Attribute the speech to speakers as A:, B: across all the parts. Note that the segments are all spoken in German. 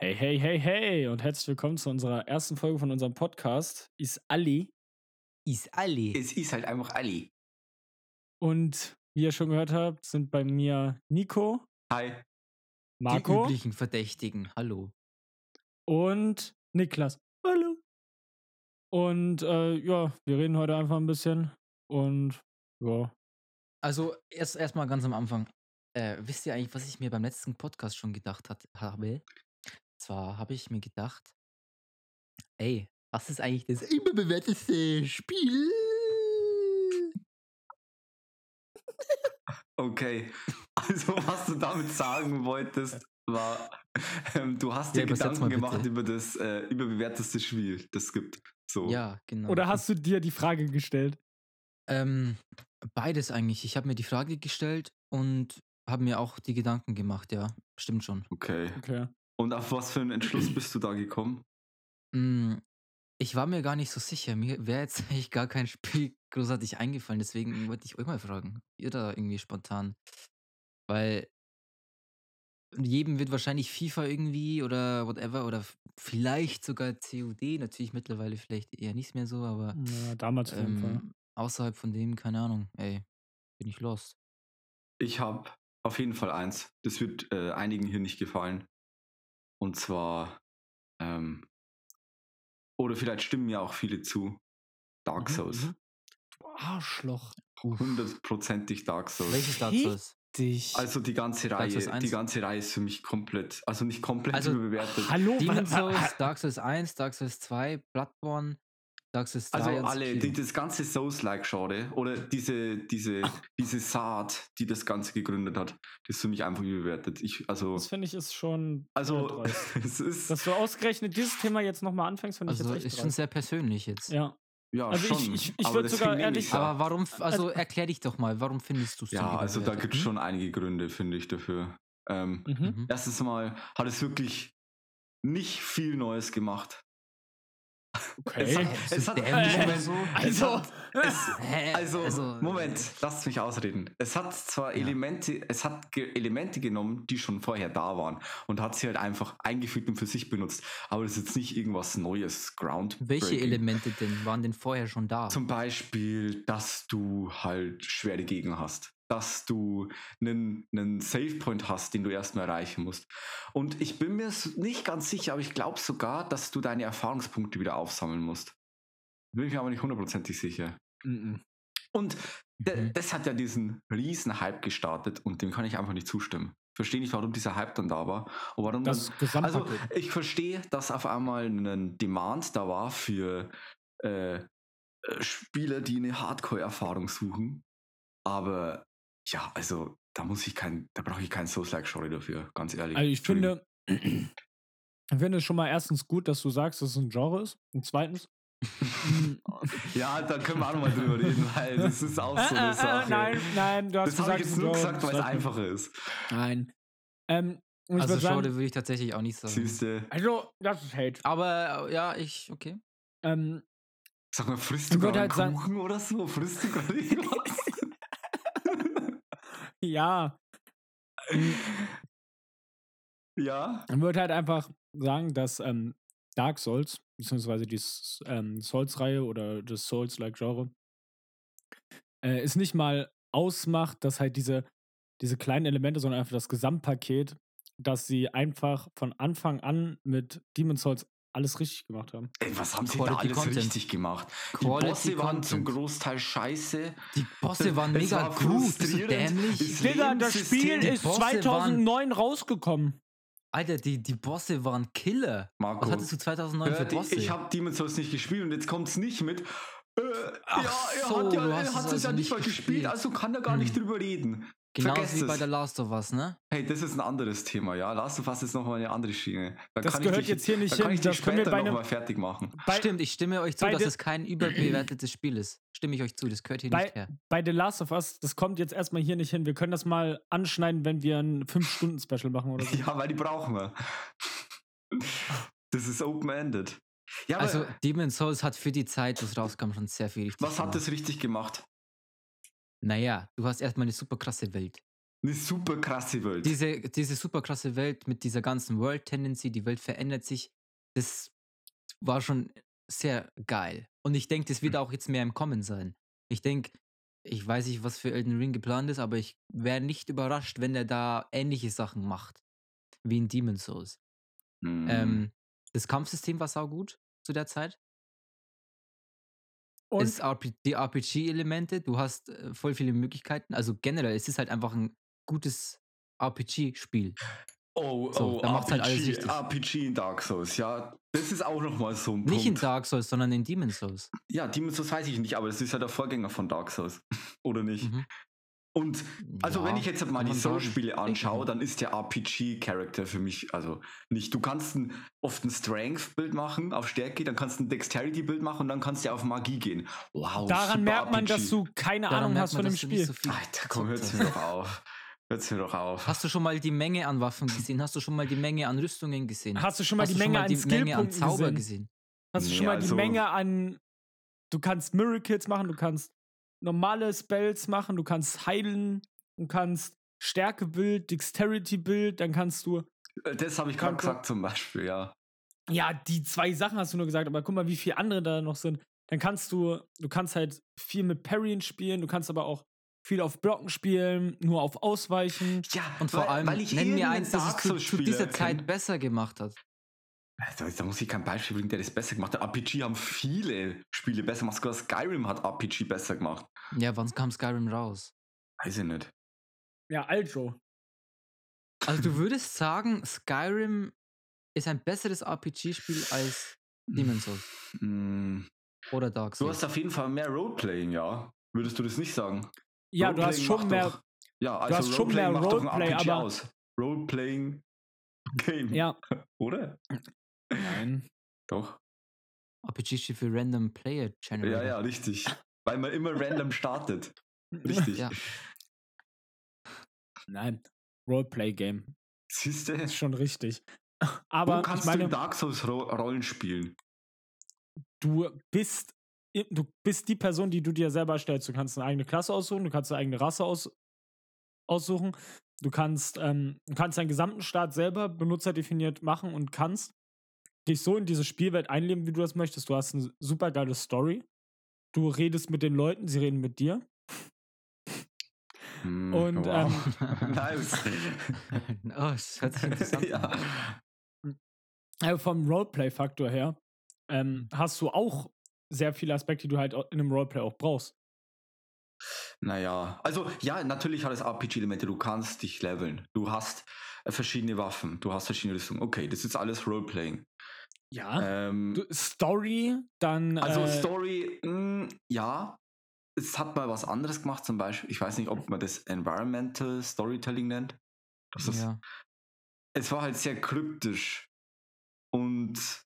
A: Hey, hey, hey, hey und herzlich willkommen zu unserer ersten Folge von unserem Podcast. Ist Ali.
B: Is Ali.
C: Es ist halt einfach Ali.
A: Und wie ihr schon gehört habt, sind bei mir Nico,
C: Hi.
A: Marco
B: Die üblichen Verdächtigen. Hallo.
A: und Niklas. Hallo. Und äh, ja, wir reden heute einfach ein bisschen. Und ja,
B: Also erst erstmal ganz am Anfang. Äh, wisst ihr eigentlich, was ich mir beim letzten Podcast schon gedacht hat, habe? Zwar habe ich mir gedacht, ey, was ist eigentlich das überbewerteste Spiel?
C: Okay. Also, was du damit sagen wolltest, war, ähm, du hast dir
B: Ja, übersetz
C: Gedanken
B: mal
C: gemacht
B: bitte.
C: über das äh, überbewerteste Spiel, das es gibt. So.
B: Ja, genau.
A: Oder hast du dir die Frage gestellt?
B: Ähm, beides eigentlich. Ich habe mir die Frage gestellt und habe mir auch die Gedanken gemacht, ja. Stimmt schon.
C: Okay.
A: Okay.
C: Und auf was für einen Entschluss bist du da gekommen?
B: Mm, Ich war mir gar nicht so sicher. Mir wäre jetzt eigentlich gar kein Spiel großartig eingefallen. Deswegen wollte ich euch mal fragen. ob Ihr da irgendwie spontan. Weil jedem wird wahrscheinlich FIFA irgendwie oder whatever oder f- vielleicht sogar COD. Natürlich mittlerweile vielleicht eher nicht mehr so, aber
A: Na, damals auf jeden Fall.
B: ähm, außerhalb von dem, keine Ahnung. Ey, bin ich lost.
C: Ich habe auf jeden Fall eins. Das wird äh, einigen hier nicht gefallen. Und zwar, ähm, oder vielleicht stimmen ja auch viele zu. Dark
B: Mhm,
C: Souls.
B: mhm.
A: Arschloch.
C: Hundertprozentig Dark Souls.
B: Welches Dark
A: Hä?
B: Souls?
A: Dich.
C: Also die ganze
B: Dark Souls
C: Reihe,
B: 1?
C: die ganze Reihe ist für mich komplett, also nicht komplett
B: Also-
C: überbewertet.
A: Hallo,
B: Demon
A: wa- wa-
B: Souls, Dark Souls 1, Dark Souls 2, Bloodborne, Dark Souls 3
C: Also
B: und
C: alle, die,
B: Sekiro.
C: das ganze Souls-like-Genre oder diese, diese, diese Saat, die das Ganze gegründet hat, das ist für mich einfach überbewertet. Ich, also,
A: Das finde ich ist schon.
C: also
A: dreist.
C: es ist
A: Dass du ausgerechnet dieses Thema jetzt nochmal anfängst, finde
B: Also
A: ich jetzt
B: ist
A: echt
B: schon
A: dreist.
B: sehr persönlich jetzt.
A: Ja.
C: ja
A: also
C: schon.
A: ich- ich- ich
C: aber
A: würd
C: deswegen
A: sogar
C: nehme
A: ehrlich-
C: ich's ja.
B: Aber warum, f- also erklär dich doch mal, warum findest du es
C: ja, also da gibt es schon einige Gründe, finde ich, dafür. Ähm,
A: Mhm.
C: Erstens mal hat es wirklich nicht viel Neues gemacht. Es
A: Okay.
C: hat- es hat- Moment, es hat- es, Also, Moment, lasst mich ausreden. Es hat zwar
B: äh, Ja.
C: Elemente, es hat Ge Elemente genommen, die schon vorher da waren und hat sie halt einfach eingefügt und für sich benutzt. Aber das ist jetzt nicht irgendwas Neues, Ground.
B: Welche Elemente denn waren denn vorher schon da?
C: Zum Beispiel, dass du halt schwere Gegner hast. Dass du einen, einen Savepoint hast, den du erstmal erreichen musst. Und ich bin mir s- nicht ganz sicher, aber ich glaube sogar, dass du deine Erfahrungspunkte wieder aufsammeln musst. Bin ich mir aber nicht hundertprozentig sicher. Und de-
B: Mhm.
C: das hat ja diesen riesen Hype gestartet und dem kann ich einfach nicht zustimmen. Verstehe nicht, warum dieser Hype dann da war. Und warum
A: Das
C: dann, also
A: Gesamtpaket.
C: ich verstehe, dass auf einmal ein Demand da war für äh, äh, Spieler, die eine Hardcore-Erfahrung suchen. Aber ja, also da muss ich kein, da brauche ich keinen Souls-like-Story dafür, ganz ehrlich.
A: Also ich finde, ich finde es schon mal erstens gut, dass du sagst, dass es ein Genre ist. Und zweitens.
C: Äh,
A: mh,
C: Ja, da können wir auch nochmal drüber reden, weil das ist auch so
A: äh, äh,
C: eine
A: äh,
C: Sache.
A: nein, nein, du hast
C: das habe
A: gesagt,
C: ich
A: es ist ein
C: jetzt nur
A: Genre,
C: gesagt,
A: das
C: weil es
A: reicht mir.
C: einfacher ist.
A: Nein. Ähm, und ich
B: also
A: würd sagen,
B: Schade würde ich tatsächlich auch nicht sagen.
C: Siehste,
A: also, das ist Hate.
B: Aber äh, ja, ich, okay.
A: Ähm,
C: sag mal, frisst
A: Ich
C: du
A: würd
C: gerade
A: halt sagen-
C: Kuchen oder so? Frisst du gerade irgendwas?
A: ja,
C: ja,
A: ich würde halt einfach sagen, dass ähm, Dark Souls, beziehungsweise die S- ähm, Souls-Reihe oder das Souls-like-Genre, äh, es nicht mal ausmacht, dass halt diese, diese kleinen Elemente, sondern einfach das Gesamtpaket, dass sie einfach von Anfang an mit Demon Souls alles richtig gemacht haben.
C: ey, was haben sie da
B: Quality
C: alles
B: Content.
C: richtig gemacht? die Bosse waren zum Großteil scheiße.
B: Die Bosse waren
C: Es
B: mega
C: war
B: gut. Bist du
C: frustrierend.
B: dämlich?
C: Es- Digga, das Lebenssystem, Spiel die
B: ist Bosse 2009
A: rausgekommen.
B: Alter, die, die Bosse waren Killer.
C: Marco,
B: Was hattest du 2009
C: äh,
B: für
C: die,
B: Bosse?
C: ich habe Demon's Souls nicht gespielt und jetzt kommt's nicht mit. Äh, ja, er
B: so,
C: hat, ja,
B: du
C: er
B: hast es
C: hat es
B: also
C: ja nicht
B: nicht
C: mal gespielt,
B: gespielt.
C: also kann er gar
B: Hm.
C: nicht drüber reden.
B: Genauso
C: vergesst
B: wie bei
C: es.
B: der Last of Us, ne?
C: Hey, das ist ein anderes Thema, ja. Last of Us ist nochmal eine andere Schiene. Da
A: Das
C: kann
A: gehört
C: ich dich,
A: jetzt hier nicht
C: da kann
A: hin.
C: ich dich
A: Das können wir
C: später
A: bei einem.
C: nochmal fertig machen.
A: Bei,
B: Stimmt, ich stimme euch zu,
A: bei
B: dass
A: de-
B: es kein überbewertetes Spiel ist. Stimme ich euch zu, das gehört hier
A: Bei-
B: nicht her.
A: bei The Last of Us, das kommt jetzt erstmal hier nicht hin. Wir können das mal anschneiden, wenn wir ein 5-Stunden-Special machen oder so.
C: Ja, weil die brauchen wir. Das ist open-ended. Ja, aber
B: also Demon's Souls hat für die Zeit, das rauskam, schon sehr viel richtig
C: was hat
B: gemacht.
C: das richtig gemacht?
B: Naja, du hast erstmal eine super krasse Welt.
C: Eine super krasse Welt.
B: Diese, diese super krasse Welt mit dieser ganzen World Tendency, die Welt verändert sich, das war schon sehr geil. Und ich denke, das
C: Hm.
B: wird auch jetzt mehr im Kommen sein. Ich denke, ich weiß nicht, was für Elden Ring geplant ist, aber ich wäre nicht überrascht, wenn er da ähnliche Sachen macht. Wie in Demon Souls.
C: Mhm.
B: Ähm, das Kampfsystem war saugut zu der Zeit.
A: Und
B: Es RP die RPG-Elemente, du hast äh, voll viele Möglichkeiten. Also generell, es ist halt einfach ein gutes RPG-Spiel.
C: oh,
B: so,
C: oh,
B: da macht's
C: RPG,
B: halt alles richtig.
C: RPG in Dark Souls, ja. Das ist auch nochmal so ein
B: Nicht in
C: Punkt.
B: Dark Souls, sondern in Demon Souls.
C: ja, Demon's Souls weiß ich nicht, aber das ist ja der Vorgänger von Dark Souls. Oder nicht?
B: Mhm.
C: Und also
B: Ja,
C: wenn ich jetzt
B: kann
C: mal die
B: man sagen.
C: Souls-Spiele anschaue,
B: man.
C: dann ist der RPG-Charakter für mich also nicht. Du kannst ein, oft ein Strength-Bild machen auf Stärke, dann kannst du ein Dexterity-Bild machen und dann kannst du auf Magie gehen. Wow. super
A: daran merkt man,
C: RPG.
A: dass du keine
B: Daran
A: Ahnung
B: merkt
A: hast
B: man,
A: von dem
B: dass du nicht
A: Spiel.
B: so viel
C: Alter, komm,
B: gezockt
C: hört's
B: hast.
C: mir doch auf. Hört's mir doch auf.
B: Hast du schon mal die Menge an Waffen gesehen? Hast du schon mal die Menge an Rüstungen gesehen?
A: Hast du schon mal
B: Hast
A: die
B: du schon
A: Menge
B: mal
A: an
B: die Menge an
A: Skillpunkten
B: Zauber
A: gesehen?
B: gesehen?
A: Hast du schon
C: Nee,
A: mal
C: also-
A: die Menge an. Du kannst Miracles machen, du kannst normale Spells machen, du kannst heilen, du kannst Stärke-Build, Dexterity-Build, dann kannst du.
C: Äh, Das habe ich gerade
A: Danke.
C: gesagt zum Beispiel, ja.
A: Ja, die zwei Sachen hast du nur gesagt, aber guck mal, wie viele andere da noch sind. Dann kannst du, du kannst halt viel mit Parrying spielen, du kannst aber auch viel auf Blocken spielen, nur auf Ausweichen.
C: Ja,
B: Und vor allem, nenn mir eins, das es zu, zu dieser Zeit besser gemacht hat.
C: Da, Also, da muss ich kein Beispiel bringen, der das besser gemacht hat. RPG haben viele Spiele besser gemacht. Sogar Skyrim hat RPG besser gemacht.
B: Ja, wann kam Skyrim raus?
C: Weiß ich nicht.
A: Ja, Aldro.
B: Also du würdest sagen, Skyrim ist ein besseres RPG-Spiel als Demon Souls
C: Mm,
B: oder Dark
C: Du
B: Souls.
C: hast auf jeden Fall mehr Roleplaying, ja. Würdest du das nicht sagen?
A: Ja, du hast
C: Roleplaying
A: schon
C: macht
A: mehr.
C: Doch, ja, also
A: hast schon
C: Roleplaying
A: mehr
C: macht doch ein
A: Roleplay,
C: RPG
A: aber-
C: aus. Roleplaying Game,
A: Ja.
C: oder?
A: Nein.
C: Doch.
B: RPG steht für Random Player Generator.
C: Ja, ja, richtig. Weil man immer random startet. Richtig.
B: Ja.
A: Nein. Roleplay-Game.
C: Siehst du?
A: Das ist schon richtig. Aber
C: Wo kannst
A: ich meine,
C: du in Dark Souls Ro Rollen spielen?
A: du bist du bist die Person, die du dir selber stellst. Du kannst eine eigene Klasse aussuchen, du kannst eine eigene Rasse aus, aussuchen, du kannst ähm, du kannst deinen gesamten Staat selber benutzerdefiniert machen und kannst dich so in diese Spielwelt einleben, wie du das möchtest. Du hast eine super geile Story. Du redest mit den Leuten, sie reden mit dir.
C: Hm,
A: Und, ähm,
C: nice.
B: oh, das hört sich interessant an.
C: ja.
A: Also vom Roleplay-Faktor her ähm, hast du auch sehr viele Aspekte, die du halt auch in einem Roleplay auch brauchst.
C: Naja, also ja, natürlich hat es RPG-Elemente. Du kannst dich leveln. Du hast äh, verschiedene Waffen. Du hast verschiedene Rüstungen. Okay, das ist alles Roleplaying.
A: Ja.
C: Ähm,
A: Ah, Du- Story, dann.
C: Also
A: äh,
C: Story, mh, ja. Es hat mal was anderes gemacht, zum Beispiel. Ich weiß nicht, ob man das Environmental Storytelling nennt. Das ist,
B: Ja.
C: Es war halt sehr kryptisch. Und.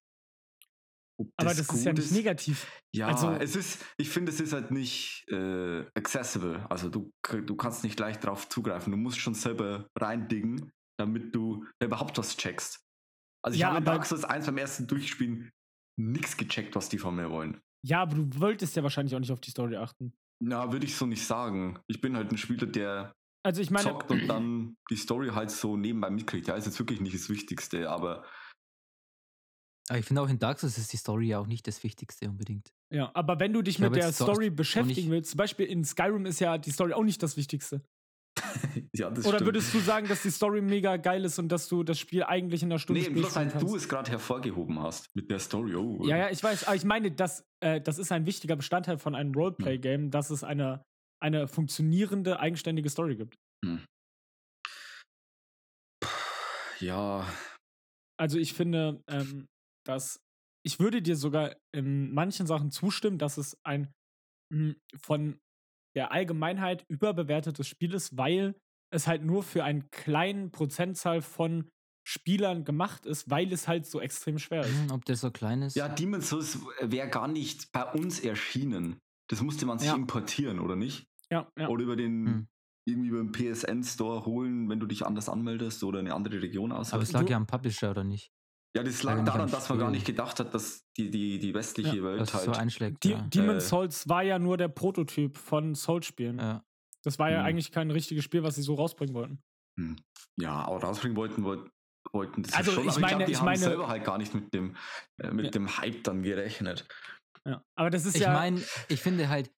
C: ob
A: aber das, ist ja
C: gut
A: nicht negativ.
C: Ja,
A: Also-
C: es ist, ich finde, es ist halt nicht äh, accessible. Also du, k- du kannst nicht leicht drauf zugreifen. Du musst schon selber reindiggen, damit du überhaupt was checkst. Also ich
A: Ja,
C: habe in
A: aber-
C: Dark Souls 1 beim ersten Durchspielen nichts gecheckt, was die von mir wollen.
A: Ja, aber du wolltest ja wahrscheinlich auch nicht auf die Story achten.
C: Na, würde ich so nicht sagen. Ich bin halt ein Spieler, der
A: Also ich meine,
C: zockt und dann die Story halt so nebenbei mitkriegt. Ja, ist jetzt wirklich nicht das Wichtigste, aber
B: Aber ich finde auch in Dark Souls ist die Story ja auch nicht das Wichtigste unbedingt.
A: ja, aber wenn du dich
B: Ich
A: mit
B: glaube,
A: der
B: jetzt so-
A: Story
B: auch nicht-
A: beschäftigen willst, zum Beispiel in Skyrim ist ja die Story auch nicht das Wichtigste.
C: ja, das
A: Oder
C: stimmt.
A: würdest du sagen, dass die Story mega geil ist und dass du das Spiel eigentlich in einer Stunde
C: Nee, bloß
B: halt,
A: spielen
C: weil du
A: kannst?
C: es gerade hervorgehoben hast mit der Story. Oh,
A: Ja, ja, ich weiß, aber ich meine, das, äh, das ist ein wichtiger Bestandteil von einem
B: Hm.
A: Roleplay-Game, dass es eine, eine funktionierende, eigenständige Story gibt.
C: ja.
A: Also ich finde, ähm, dass ich würde dir sogar in manchen Sachen zustimmen, dass es ein mh, von der Allgemeinheit überbewertetes Spiel ist, weil es halt nur für einen kleinen Prozentzahl von Spielern gemacht ist, weil es halt so extrem schwer ist.
B: Hm, Ob der so klein ist?
C: Ja, Demon's Souls wäre gar nicht bei uns erschienen. Das musste man sich
A: Ja.
C: importieren, oder nicht?
A: Ja, ja.
C: Oder über den
B: Hm.
C: irgendwie über den PSN Store holen, wenn du dich anders anmeldest oder eine andere Region
B: Aber
C: auswählst.
B: es lag
A: du-
B: ja am Publisher, oder nicht?
C: Ja, das
B: lag
C: lag
B: nicht am
C: daran, dass man gar
B: Spiel.
C: nicht gedacht hat, dass die, die, die westliche Welt
B: Dass es so
C: halt.
B: einschlägt.
A: Die,
B: ja.
A: Demon's
C: Äh.
A: Souls war ja nur der Prototyp von Souls-Spielen.
B: Ja.
A: Das war ja
C: Mhm.
A: eigentlich kein richtiges Spiel, was sie so rausbringen wollten.
C: Ja, aber rausbringen wollten, woll- wollten sie
A: Also, ich
C: aber
A: meine-
C: die
A: ich
C: haben
A: meine-
C: selber halt gar nicht mit dem, äh, mit
A: Ja.
C: dem Hype dann gerechnet.
A: Ja. Aber das ist
B: Ich
A: ja.
B: meine, ich finde halt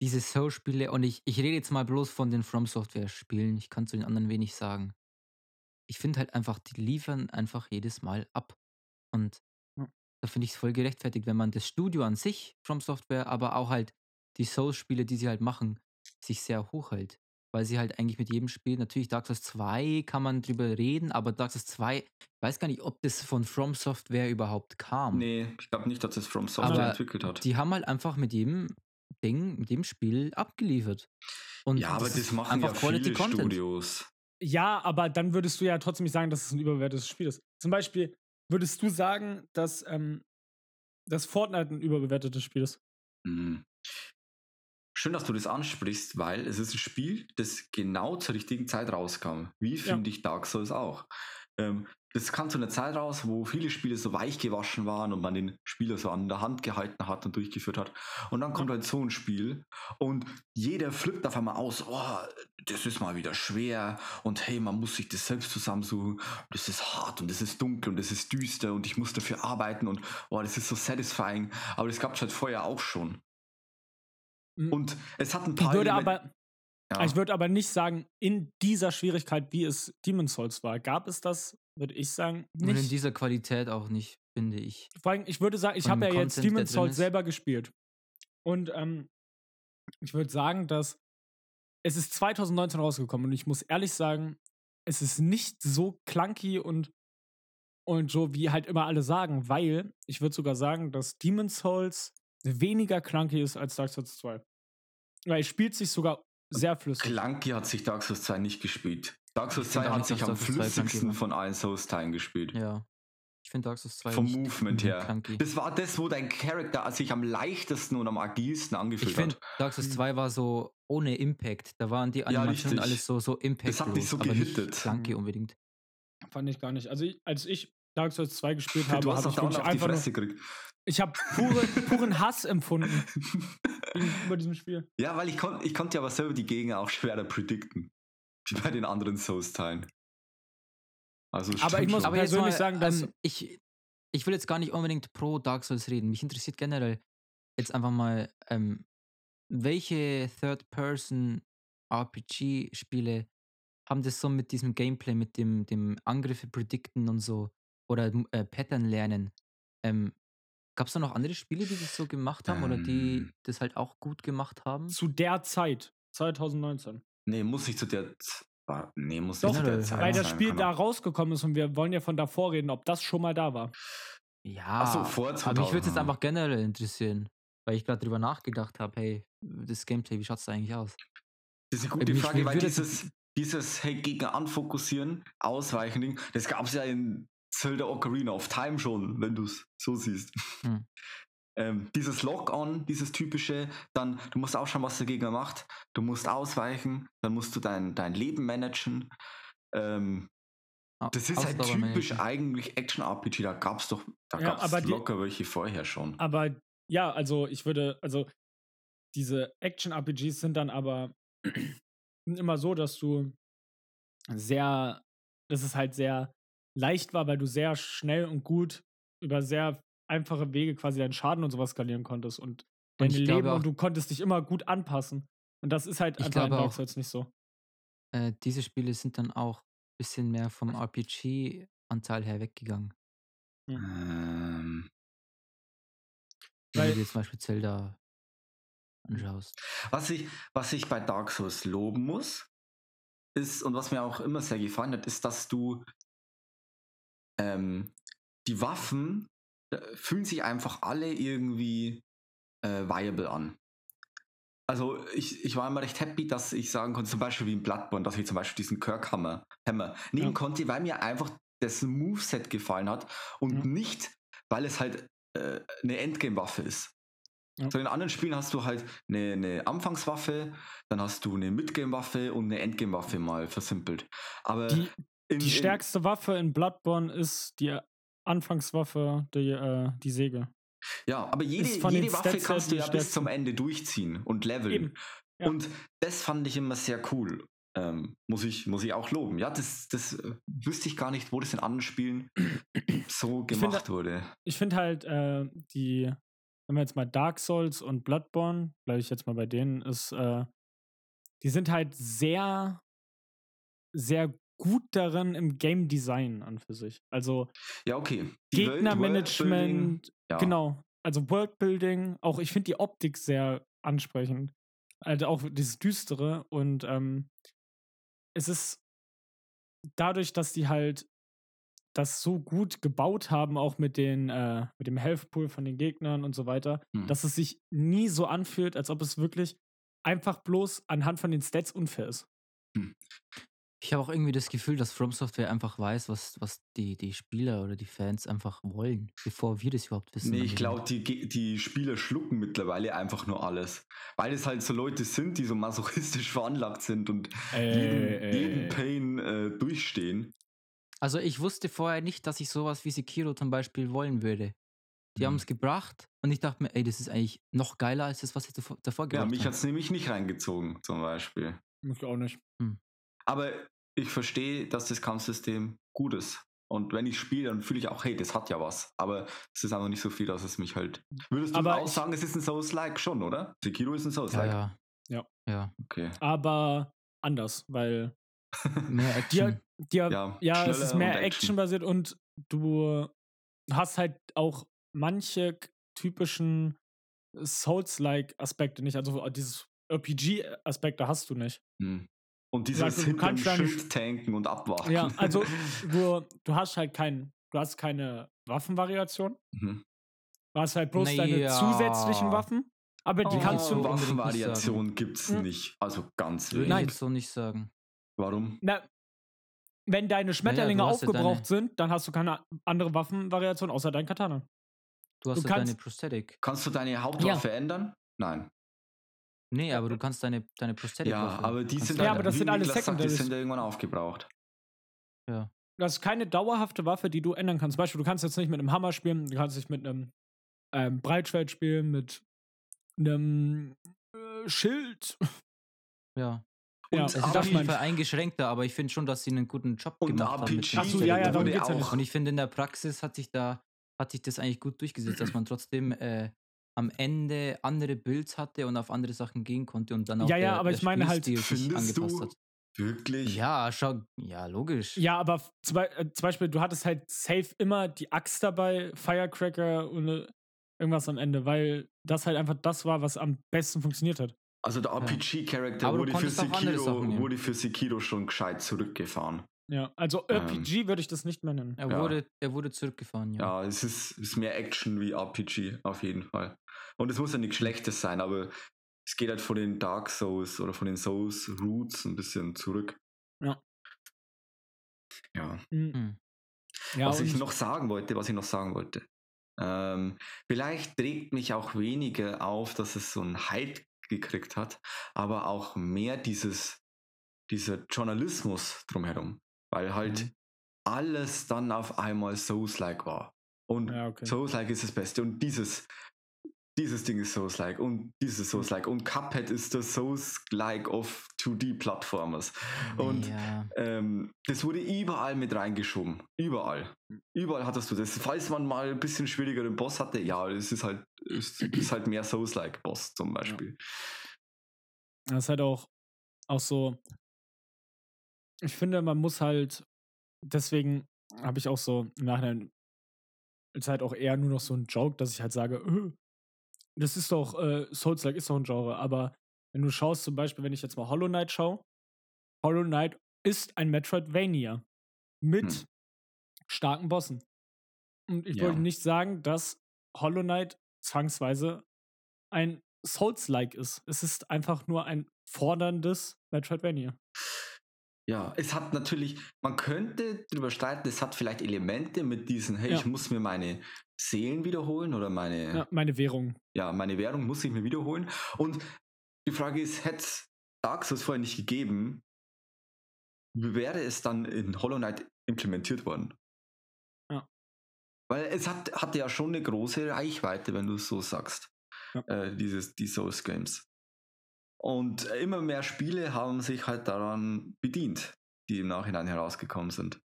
B: diese Soul-Spiele und ich, ich rede jetzt mal bloß von den From Software-Spielen. Ich kann zu den anderen wenig sagen. Ich finde halt einfach, die liefern einfach jedes Mal ab. Und
A: Ja.
B: da finde ich es voll gerechtfertigt, wenn man das Studio an sich, From Software, aber auch halt die Soul-Spiele, die sie halt machen, sich sehr hoch hält. Weil sie halt eigentlich mit jedem Spiel, natürlich Dark Souls 2 kann man drüber reden, aber Dark Souls 2, ich weiß gar nicht, ob das von From Software überhaupt kam.
C: Nee, ich glaube nicht, dass es From Software
B: Hm. Aber
C: entwickelt hat.
B: Die haben halt einfach mit jedem Ding, mit jedem Spiel abgeliefert. Und
C: ja, aber das,
B: ist
C: machen ja viele Studios.
A: Ja, aber dann würdest du ja trotzdem nicht sagen, dass es ein überbewertetes Spiel ist. Zum Beispiel würdest du sagen, dass, ähm, dass Fortnite ein überbewertetes Spiel ist.
C: Mhm. Schön, dass du das ansprichst, weil es ist ein Spiel, das genau zur richtigen Zeit rauskam. Wie finde ich Dark Souls auch? Ähm, das kam zu einer Zeit raus, wo viele Spiele so weich gewaschen waren und man den Spieler so an der Hand gehalten hat und durchgeführt hat. Und dann kommt halt so ein Spiel und jeder flippt auf einmal aus, oh, das ist mal wieder schwer und hey, man muss sich das selbst zusammensuchen. Das ist hart und das ist dunkel und das ist düster und ich muss dafür arbeiten und oh, das ist so satisfying. Aber das gab es halt vorher auch schon.
A: Mhm.
C: Und es hat ein
A: Ich
C: paar.
A: würde
C: Elemente-
A: aber,
C: ja.
A: ich würde aber nicht sagen, in dieser Schwierigkeit, wie es Demon's Souls war, gab es das, würde ich sagen,
B: Und in
A: nicht.
B: dieser Qualität auch nicht, finde ich.
A: Vor allem, ich würde sagen, ich
B: Von
A: habe
B: dem
A: ja jetzt
B: Content, der
A: Demon's
B: drin
A: Souls
B: ist.
A: selber gespielt. Und ähm, ich würde sagen, dass es ist 2019 rausgekommen und ich muss ehrlich sagen, es ist nicht so clunky und, und so, wie halt immer alle sagen, weil ich würde sogar sagen, dass Demon's Souls weniger clunky ist als Dark Souls 2. Weil es spielt sich sogar sehr flüssig.
C: Clunky hat sich Dark Souls 2 nicht gespielt. Dark Souls
B: Ich find
C: 2
B: auch
C: hat
B: nicht,
C: sich
B: dass
C: am
B: Dark Souls 2 clunky
C: flüssigsten
B: war.
C: von allen Souls-Teilen gespielt.
B: Ja. Ich finde Dark Souls 2
C: Vom
B: nicht
C: Movement her.
B: clunky.
C: Das war das, wo dein Charakter also sich am leichtesten und am agilsten
B: Ich
C: angefühlt
B: finde,
C: hat.
B: Dark Souls
A: Mhm.
B: 2 war so ohne Impact. Da waren die
C: Ja,
B: Animationen
C: richtig.
B: alles so, so impactlos.
C: hat dich so
B: aber
C: gehittet.
B: Nicht clunky unbedingt.
A: Fand ich gar nicht. Also, ich, als ich Dark Souls 2 gespielt habe,
C: du
A: habe
C: hast doch
A: ich
C: da
A: wirklich
C: auf die
A: einfach nur,
C: Fresse gekriegt.
A: ich habe pure, puren Hass empfunden gegenüber diesem Spiel.
C: ja, weil ich, kon ich konnte ja aber selber die Gegner auch schwerer predikten. Wie bei den anderen Souls-Teilen. Also, es
A: Aber
C: stimmt
A: ich muss-
C: schon.
B: aber jetzt
A: persönlich
B: mal,
A: sagen, dass-
B: ähm, ich, ich will jetzt gar nicht unbedingt pro Dark Souls reden. Mich interessiert generell jetzt einfach mal, ähm, welche Third-Person-RPG-Spiele haben das so mit diesem Gameplay, mit dem, dem Angriffe predikten und so oder äh, Pattern lernen? Ähm, Gab es da noch andere Spiele, die das so gemacht haben oder die
C: Ähm.
B: das halt auch gut gemacht haben?
A: zu der Zeit, 2019.
C: nee, muss ich zu der. Z- Nee, muss
A: Doch,
C: ich zu der
B: weil
C: Zeit
A: Weil das
C: sein,
A: Spiel
C: kann
A: da
C: auch-
A: rausgekommen ist und wir wollen ja von davor reden, ob das schon mal da war.
B: Ja,
C: Ach so, vor
B: Ah. aber mich würde
C: 2000,
B: es jetzt
C: ja.
B: einfach generell interessieren, weil ich gerade drüber nachgedacht habe, hey, das Gameplay, wie schaut es da eigentlich aus?
C: Das ist eine gute
B: Äh, Mich
C: Frage, weil
B: würde es-
C: dieses, dieses hey, Gegner anfokussieren, ausweichen, Ding, das gab es ja in Zelda Ocarina of Time schon, wenn du es so siehst.
B: Hm.
C: Ähm, dieses Lock-on, dieses typische, dann du musst auch schauen, was der Gegner macht, du musst ausweichen, dann musst du dein, dein Leben managen. Ähm,
B: Au-
C: das ist halt
B: Ausdauermanagement.
C: typisch eigentlich Action-RPG, da gab es doch, da
A: Ja,
C: gab
A: aber
C: es
A: die-
C: locker welche vorher schon.
A: Aber ja, also ich würde, also diese Action-RPGs sind dann aber sind immer so, dass du sehr, dass es halt sehr leicht war, weil du sehr schnell und gut über sehr einfache Wege quasi deinen Schaden und sowas skalieren konntest und
B: Und
A: deine
B: ich
A: Leben
B: glaube auch,
A: und du konntest dich immer gut anpassen. Und das ist halt
B: Ich
A: einfach in
B: glaube
A: Dark
B: auch-
A: Souls nicht so.
B: äh, diese Spiele sind dann auch ein bisschen mehr vom RPG-Anteil her weggegangen.
C: Ähm,
B: Wenn
A: Weil-
B: du dir zum Beispiel Zelda anschaust.
C: Was ich, was ich bei Dark Souls loben muss, ist, und was mir auch immer sehr gefallen hat, ist, dass du ähm, die Waffen äh, fühlen sich einfach alle irgendwie äh, viable an. Also ich, ich war immer recht happy, dass ich sagen konnte, zum Beispiel wie in Bloodborne, dass ich zum Beispiel diesen Kirkhammer Hammer nehmen
A: Ja.
C: konnte, weil mir einfach das Moveset gefallen hat und
A: Ja.
C: nicht, weil es halt äh, eine Endgame-Waffe ist.
A: Ja.
C: Zu den anderen Spielen hast du halt eine, eine Anfangswaffe, dann hast du eine Midgame-Waffe und eine Endgame-Waffe mal versimpelt. Aber
B: Äh,
A: Die,
C: in,
A: Die stärkste Waffe in Bloodborne ist die Anfangswaffe, die, äh, die Säge.
C: In, ja, aber jede,
A: ist von
C: jede
A: den
C: Waffe
A: Stats her
C: kannst du
A: die
C: ja bis
A: stärkste.
C: zum Ende durchziehen und leveln.
A: Eben. Ja.
C: Und das fand ich immer sehr cool. Ähm, muss, ich, muss ich auch loben. Ja, das, das äh, wüsste ich gar nicht, wo das in anderen Spielen so
A: Ich finde-
C: gemacht wurde.
A: Ich finde halt, äh, die, wenn wir jetzt mal Dark Souls und Bloodborne, bleibe ich jetzt mal bei denen, ist, äh, die sind halt sehr, sehr gut darin im Game Design an für sich. Also
C: Ja, okay. Die Welt- Worldbuilding,
A: Gegnermanagement,
C: Ja.
A: genau. Also Worldbuilding, auch ich finde die Optik sehr ansprechend. Also auch dieses Düstere und ähm, es ist dadurch, dass die halt das so gut gebaut haben, auch mit, den, äh, mit dem Health Pool von den Gegnern und so weiter,
C: Hm.
A: dass es sich nie so anfühlt, als ob es wirklich einfach bloß anhand von den Stats unfair ist.
B: Ich habe auch irgendwie das Gefühl, dass From Software einfach weiß, was, was die, die Spieler oder die Fans einfach wollen, bevor wir das überhaupt wissen.
C: Nee,
B: am
C: ich
B: Ende.
C: glaube, die, Ge- die Spieler schlucken mittlerweile einfach nur alles. Weil es halt so Leute sind, die so masochistisch veranlagt sind und
A: Äh,
C: jeden, jeden Pain äh, durchstehen.
B: Also ich wusste vorher nicht, dass ich sowas wie Sekiro zum Beispiel wollen würde. Die
C: Mhm.
B: haben es gebracht und ich dachte mir, ey, das ist eigentlich noch geiler als das, was sie davor, davor
C: Ja,
B: gebracht
C: mich hat
B: haben.
C: es nämlich nicht reingezogen, zum Beispiel.
A: Ich auch nicht.
C: Aber ich verstehe, dass das Kampfsystem gut ist. Und wenn ich spiele, dann fühle ich auch, hey, das hat ja was. Aber es ist einfach nicht so viel, dass es mich halt. Würdest du
A: Aber
C: auch
A: ich-
C: sagen, es ist ein Souls-like schon, oder? Sekiro ist ein
B: Ja,
C: Souls-like.
B: ja.
A: Ja.
B: Ja.
C: Okay.
A: Aber anders, weil
B: Mehr Action.
A: dir
C: Ja,
A: Ähm, Ja, es ist
C: schneller
A: mehr
C: und
A: actionbasiert und du hast halt auch manche k- typischen Souls-like-Aspekte nicht. Also äh, dieses RPG-Aspekte hast du nicht.
C: Hm. Und dieses
A: Also, du
C: hinterm
A: kannst deine
C: Schild tanken und abwarten.
A: Ja, also du, du hast halt keinen, du hast keine Waffenvariation.
C: Mhm.
A: Du hast halt bloß deine
B: Naja.
A: zusätzlichen Waffen, aber die
B: Oh.
A: kannst du.
B: unbedingt nicht
C: Waffenvariation gibt es
A: Hm.
C: nicht. Also ganz
B: Würde
C: wenig.
B: ich
A: Nein.
B: jetzt so nicht sagen.
C: Warum?
A: Na, wenn deine Schmetterlinge
B: du hast ja
A: aufgebraucht
B: deine-
A: sind, dann hast du keine andere Waffenvariation außer dein Katana.
B: Du hast
A: Du
B: ja
A: kannst-
B: deine Prosthetic.
C: Kannst du deine Hauptwaffe ändern? Nein.
B: Nee, aber du kannst deine, deine Prosthetic.
C: Ja, aber die sind
A: Ja,
C: halt-
A: aber das
C: wie
A: sind alles
C: Niklas sagt, Die
A: Secondaries.
C: sind ja irgendwann aufgebraucht.
A: das ist keine dauerhafte Waffe, die du ändern kannst. Zum Beispiel, du kannst jetzt nicht mit einem Hammer spielen, du kannst nicht mit einem ähm, Breitschwert spielen, mit einem äh, Schild.
B: Ja.
A: Ja, also
C: Und
B: Es ist
C: aber
B: auf
C: die-
B: jeden Fall eingeschränkter, aber ich finde schon, dass sie einen guten Job
C: Und
B: gemacht haben. mit
C: RPG
B: dem
A: Ach so, ja, ja, darum
C: wurde
A: geht's ja
C: auch.
B: Und ich finde, in der Praxis hat sich da, hat sich das eigentlich gut durchgesetzt, dass man trotzdem äh, am Ende andere Builds hatte und auf andere Sachen gehen konnte und dann auch
A: Ja, ja,
B: der,
A: aber
B: der
A: ich meine halt,
B: Spielstil sich
C: findest du-
B: angepasst hat.
C: Wirklich?
B: Ja, schau, ja, logisch.
A: Ja, aber f- zum, Be äh, zum Beispiel, du hattest halt safe immer die Axt dabei, Firecracker und äh, irgendwas am Ende, weil das halt einfach das war, was am besten funktioniert hat.
C: Also der RPG-Charakter
B: Aber du
C: wurde, für
B: konntest auch andere Sachen
C: Sekiro-
B: nehmen.
C: wurde für Sekiro schon gescheit zurückgefahren.
A: Ja, also
C: Ähm.
A: RPG würde ich das nicht mehr nennen.
B: Er,
C: Ja.
B: Wurde, er wurde zurückgefahren, ja.
C: Ja, es ist, ist mehr Action wie RPG, auf jeden Fall. Und es muss ja nichts Schlechtes sein, aber es geht halt von den Dark Souls oder von den Souls Roots ein bisschen zurück.
A: Ja.
C: Ja.
A: Mhm.
B: Hm.
A: Ja,
C: was ich
A: und-
C: noch sagen wollte, was ich noch sagen wollte. Ähm, vielleicht regt mich auch weniger auf, dass es so einen Hype gekriegt hat, aber auch mehr dieses, dieser Journalismus drumherum, weil halt
B: Mhm.
C: alles dann auf einmal Souls-like war. Und
A: ja, okay.
C: Souls-like ist das Beste und dieses, dieses Ding ist Souls-like und dieses
A: Mhm.
C: Souls-like und Cuphead ist das Souls-like of 2D-Plattformers. Und
B: ja.
C: ähm, das wurde überall mit reingeschoben. Überall.
A: Hm.
C: Überall hattest du das. Falls man mal ein bisschen schwierigeren Boss hatte, ja, es ist halt, es ist halt mehr Souls-like Boss zum Beispiel.
A: Das ist halt auch, auch so. Ich finde, man muss halt, deswegen habe ich auch so im Nachhinein, ist halt auch eher nur noch so ein Joke, dass ich halt sage, "Öh, das ist doch, äh, Souls-like ist doch ein Genre, aber wenn du schaust, zum Beispiel, wenn ich jetzt mal Hollow Knight schaue, Hollow Knight ist ein Metroidvania mit
C: Hm.
A: starken Bossen. Und ich
C: Ja.
A: wollte nicht sagen, dass Hollow Knight zwangsweise ein Souls-like ist. Es ist einfach nur ein forderndes Metroidvania.
C: Ja, es hat natürlich, man könnte drüber streiten, es hat vielleicht Elemente mit diesen, hey,
A: Ja.
C: ich muss mir meine Seelen wiederholen oder meine,
A: Ja, meine Währung.
C: ja, meine Währung muss ich mir wiederholen. Und die Frage ist, hätte es Dark Souls vorher nicht gegeben, wäre es dann in Hollow Knight implementiert worden?
A: Ja.
C: Weil es hat, hatte ja schon eine große Reichweite, wenn du es so sagst.
A: Ja.
C: Äh, dieses, die Souls Games. Und immer mehr Spiele haben sich halt daran bedient, die im Nachhinein herausgekommen sind.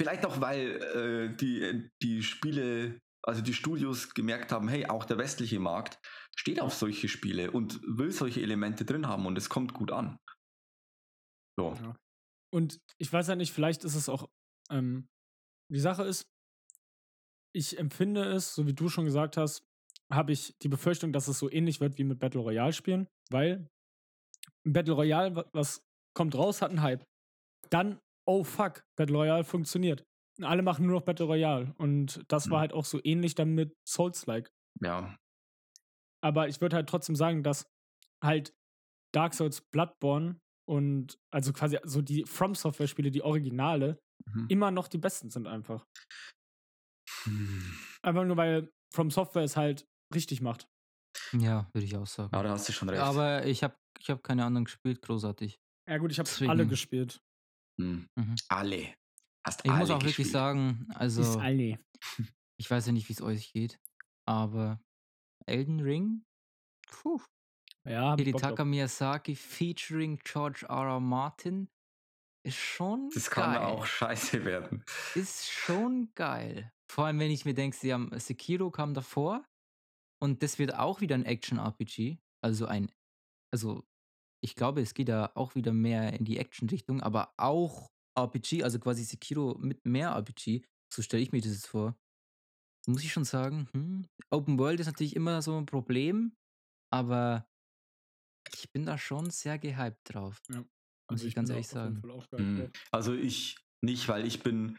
C: Vielleicht auch, weil äh, die, die Spiele, also die Studios gemerkt haben, hey, auch der westliche Markt steht auf solche Spiele und will solche Elemente drin haben und es kommt gut an. So.
A: Ja. Und ich weiß ja nicht, vielleicht ist es auch, ähm, die Sache ist, ich empfinde es, so wie du schon gesagt hast, habe ich die Befürchtung, dass es so ähnlich wird wie mit Battle Royale spielen, weil Battle Royale, wa- was kommt raus, hat einen Hype. Dann, oh fuck, Battle Royale funktioniert. Und alle machen nur noch Battle Royale. Und das war
C: Mhm.
A: halt auch so ähnlich dann mit Souls-like.
C: Ja.
A: Aber ich würde halt trotzdem sagen, dass halt Dark Souls Bloodborne und also quasi so die From Software-Spiele, die Originale,
C: Mhm.
A: immer noch die besten sind einfach.
C: Hm.
A: Einfach nur, weil From Software es halt richtig macht.
B: Ja, würde ich auch sagen.
C: Ja, da hast du schon recht.
B: Aber ich habe ich hab keine anderen gespielt, großartig.
A: Ja gut, ich habe
B: Deswegen.
A: alle gespielt.
C: Hm.
B: Mhm.
C: Alle. Hast
B: Ich
C: alle
B: muss auch wirklich
C: gespielt.
B: sagen, also
A: alle.
B: ich weiß ja nicht, wie es euch geht, aber Elden Ring, puh,
A: Ja, hab ich Bock
B: Hidetaka
A: drauf.
B: Miyazaki featuring George R. R. Martin ist schon
C: Das kann
B: geil.
C: auch scheiße werden.
B: Ist schon geil. Vor allem, wenn ich mir denke, sie haben Sekiro kam davor und das wird auch wieder ein Action-RPG. Also ein, also ich glaube, es geht da auch wieder mehr in die Action-Richtung, aber auch RPG, also quasi Sekiro mit mehr RPG. So stelle ich mir das jetzt vor. Muss ich schon sagen, hm, Open World ist natürlich immer so ein Problem, aber ich bin da schon sehr gehypt drauf. muss ich
A: Also bin
B: ganz
A: da
B: ehrlich
A: auf jeden
B: sagen. Mhm.
A: Fall auch geil
C: Hm.
A: drauf.
C: Also ich nicht, weil ich bin,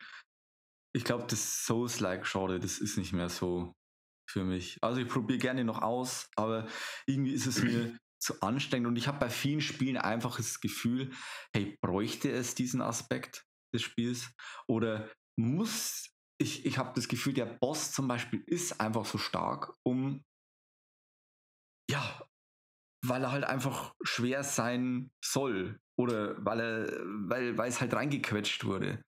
C: ich glaube, das Souls-like-Genre, das ist nicht mehr so für mich. Also ich probiere gerne noch aus, aber irgendwie ist es mir zu anstrengend und ich habe bei vielen Spielen einfach das Gefühl, hey, bräuchte es diesen Aspekt des Spiels? Oder muss, ich, ich habe das Gefühl, der Boss zum Beispiel ist einfach so stark, um, ja, weil er halt einfach schwer sein soll oder weil er weil weil es halt reingequetscht wurde.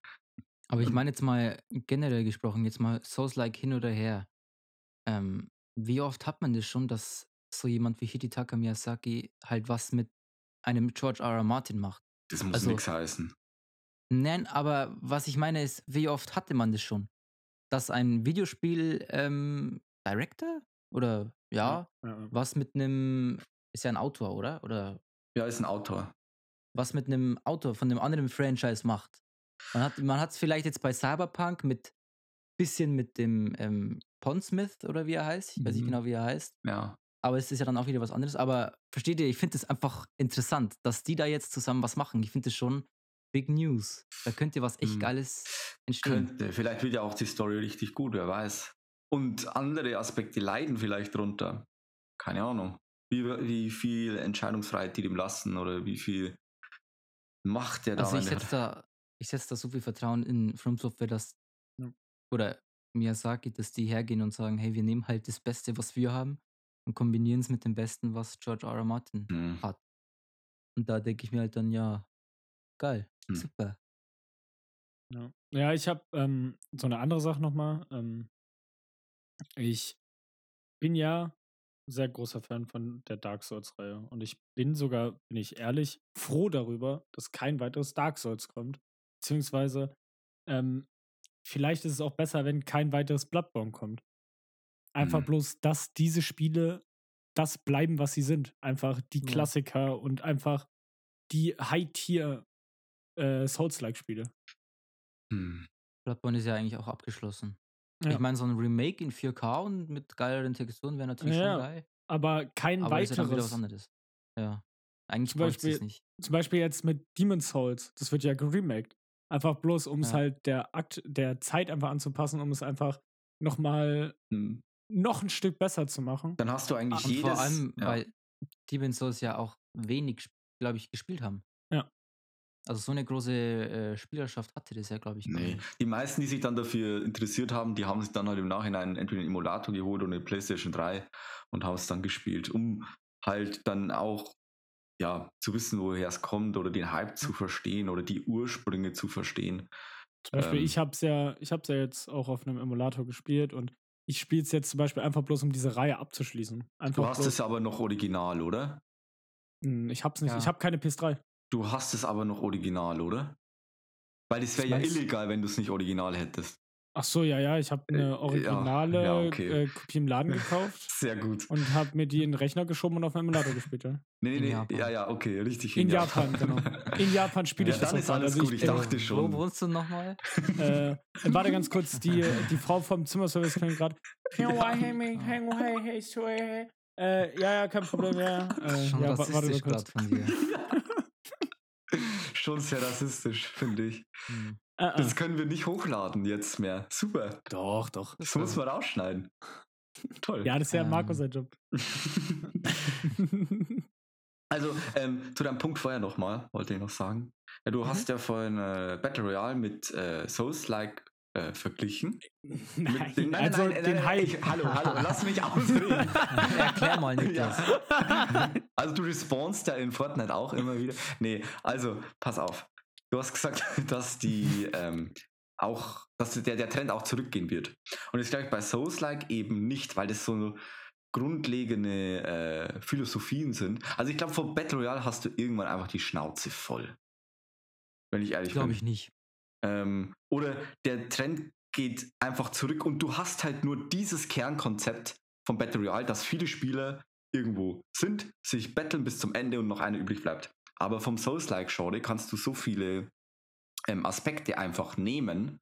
B: Aber ich meine jetzt mal generell gesprochen, jetzt mal Souls-like hin oder her. Ähm, wie oft hat man das schon, dass so jemand wie Hidetaka Miyazaki halt was mit einem George R. R. Martin macht?
C: Das muss
B: Also-
C: nichts heißen.
B: Nein, aber was ich meine ist, wie oft hatte man das schon? Dass ein Videospiel ähm, Director oder ja,
A: Ja, ja.
B: was mit einem ist ja ein Autor, oder? Oder
C: Ja, ist ein Autor.
B: was mit einem Autor von einem anderen Franchise macht. Man hat es vielleicht jetzt bei Cyberpunk mit bisschen mit dem ähm, Pondsmith oder wie er heißt. Ich weiß nicht
C: Mhm.
B: genau, wie er heißt.
C: Ja.
B: Aber es ist ja dann auch wieder was anderes. Aber versteht ihr, ich finde es einfach interessant, dass die da jetzt zusammen was machen. Ich finde das schon Big News. Da könnte was echt
C: Mhm.
B: Geiles entstehen.
C: Könnte. Vielleicht wird ja auch die Story richtig gut, wer weiß. Und andere Aspekte leiden vielleicht drunter. Keine Ahnung. Wie, wie viel Entscheidungsfreiheit die dem lassen oder wie viel Macht der da
A: Genau,
B: Also
C: am
B: ich
C: Ende
B: setze
C: hat.
B: da, ich setz da so viel Vertrauen in From Software, dass
A: Ja.
B: oder Miyazaki, dass die hergehen und sagen, hey, wir nehmen halt das Beste, was wir haben und kombinieren es mit dem Besten, was George R. R. Martin
C: Hm.
B: Und da denke ich mir halt dann, ja, geil,
C: Hm.
B: super.
A: Ja. ja, ich habe ähm, so eine andere Sache nochmal. Ähm, ich bin ja sehr großer Fan von der Dark Souls-Reihe und ich bin sogar, bin ich ehrlich, froh darüber, dass kein weiteres Dark Souls kommt. Beziehungsweise, ähm, vielleicht ist es auch besser, wenn kein weiteres Bloodborne kommt. Einfach
C: Mhm.
A: bloß, dass diese Spiele das bleiben, was sie sind. Einfach die
B: Ja.
A: Klassiker und einfach die High-Tier äh, Souls-like-Spiele.
C: Hm.
B: Bloodborne ist ja eigentlich auch abgeschlossen.
A: Ja.
B: Ich meine, so ein Remake in 4K und mit geileren Texturen wäre natürlich
A: Ja,
B: schon geil.
A: aber kein
B: Aber das ist ja dann wieder was
A: weiteres.
B: anderes. Ja. Eigentlich
A: Zum
B: bräuchte es
A: Beispiel-
B: nicht.
A: Zum Beispiel jetzt mit Demon's Souls, das wird ja geremaked. Einfach bloß, um es
B: Ja.
A: halt der Akt der Zeit einfach anzupassen, um es einfach nochmal
C: Hm.
A: noch ein Stück besser zu machen.
C: Dann hast du eigentlich
B: Und
C: jedes.
B: vor allem,
C: ja.
B: weil Demon's Souls ja auch wenig, glaube ich, gespielt haben.
A: Ja.
B: Also so eine große äh, Spielerschaft hatte das ja, glaube ich, gar
C: Nee.
B: nicht.
C: Die meisten, die sich dann dafür interessiert haben, die haben sich dann halt im Nachhinein entweder einen Emulator geholt oder eine PlayStation 3 und haben es dann gespielt, um halt dann auch ja, zu wissen, woher es kommt oder den Hype zu verstehen oder die Ursprünge zu verstehen.
A: Zum Beispiel,
C: Ähm.
A: ich hab's ja, ich hab's ja jetzt auch auf einem Emulator gespielt und ich spiele es jetzt zum Beispiel einfach bloß, um diese Reihe abzuschließen. Einfach
C: Du hast
A: bloß,
C: es aber noch original, oder?
A: Hm, ich hab's nicht.
B: Ja.
A: Ich habe keine PS3.
C: Du hast es aber noch original, oder? Weil es wäre
A: Was
C: ja
A: meinst du?
C: illegal, wenn du es nicht original hättest.
A: Ach so, ja, ja. Ich habe
C: Äh, ja,
A: eine originale
C: ja, okay.
A: äh, Kopie im Laden gekauft
C: Sehr gut.
A: und habe mir die in den Rechner geschoben und auf dem Emulator gespielt. Ja.
C: Nee, nee,
B: In
C: nee.
B: Japan.
C: Ja, ja, okay, richtig.
A: In Japan, genau. In Japan spiele
C: Ja,
A: Also ich das
C: dann
A: auch
C: ist
A: gerade.
C: alles gut. also Ich
A: bin-
C: dachte
B: Äh,
C: schon.
B: Wo wohnst du nochmal?
A: Äh, warte ganz kurz, die, die Frau vom Zimmerservice klingt gerade.
C: Ja.
A: Äh, ja, ja, kein Problem, ja. Äh,
B: Schon
A: ja, wa-
B: rassistisch gerade von dir.
C: Schon sehr rassistisch, finde ich.
B: Hm.
A: Äh, äh.
C: Das können wir nicht hochladen jetzt mehr. Super.
A: Doch, doch.
C: Das muss man rausschneiden. Toll.
A: Ja, das ist ja
B: Ähm.
A: Marco sein Job.
C: Also, ähm, zu deinem Punkt vorher nochmal, wollte ich noch sagen. Ja,
A: Mhm.
C: du hast ja vorhin äh, Battle Royale mit äh, Souls-like äh, verglichen.
A: Nein,
C: Mit den- nein,
A: also
C: nein, nein,
A: den
C: nein,
A: Hype.
C: Ich, hallo, hallo, lass mich ausreden.
B: Erklär mal, Niklas.
C: Ja. Also du respawnst ja in Fortnite auch immer wieder. Nee, also pass auf. Du hast gesagt, dass die ähm, auch, dass der, der Trend auch zurückgehen wird. Und das glaube ich bei Souls-like eben nicht, weil das so grundlegende äh, Philosophien sind. Also ich glaube, vor Battle Royale hast du irgendwann einfach die Schnauze voll. Wenn ich ehrlich
B: Glaube
C: bin.
B: ich nicht.
C: Ähm, oder der Trend geht einfach zurück und du hast halt nur dieses Kernkonzept von Battle Royale, dass viele Spieler irgendwo sind, sich battlen bis zum Ende und noch einer übrig bleibt. Aber vom Souls-like-Genre kannst du so viele ähm, Aspekte einfach nehmen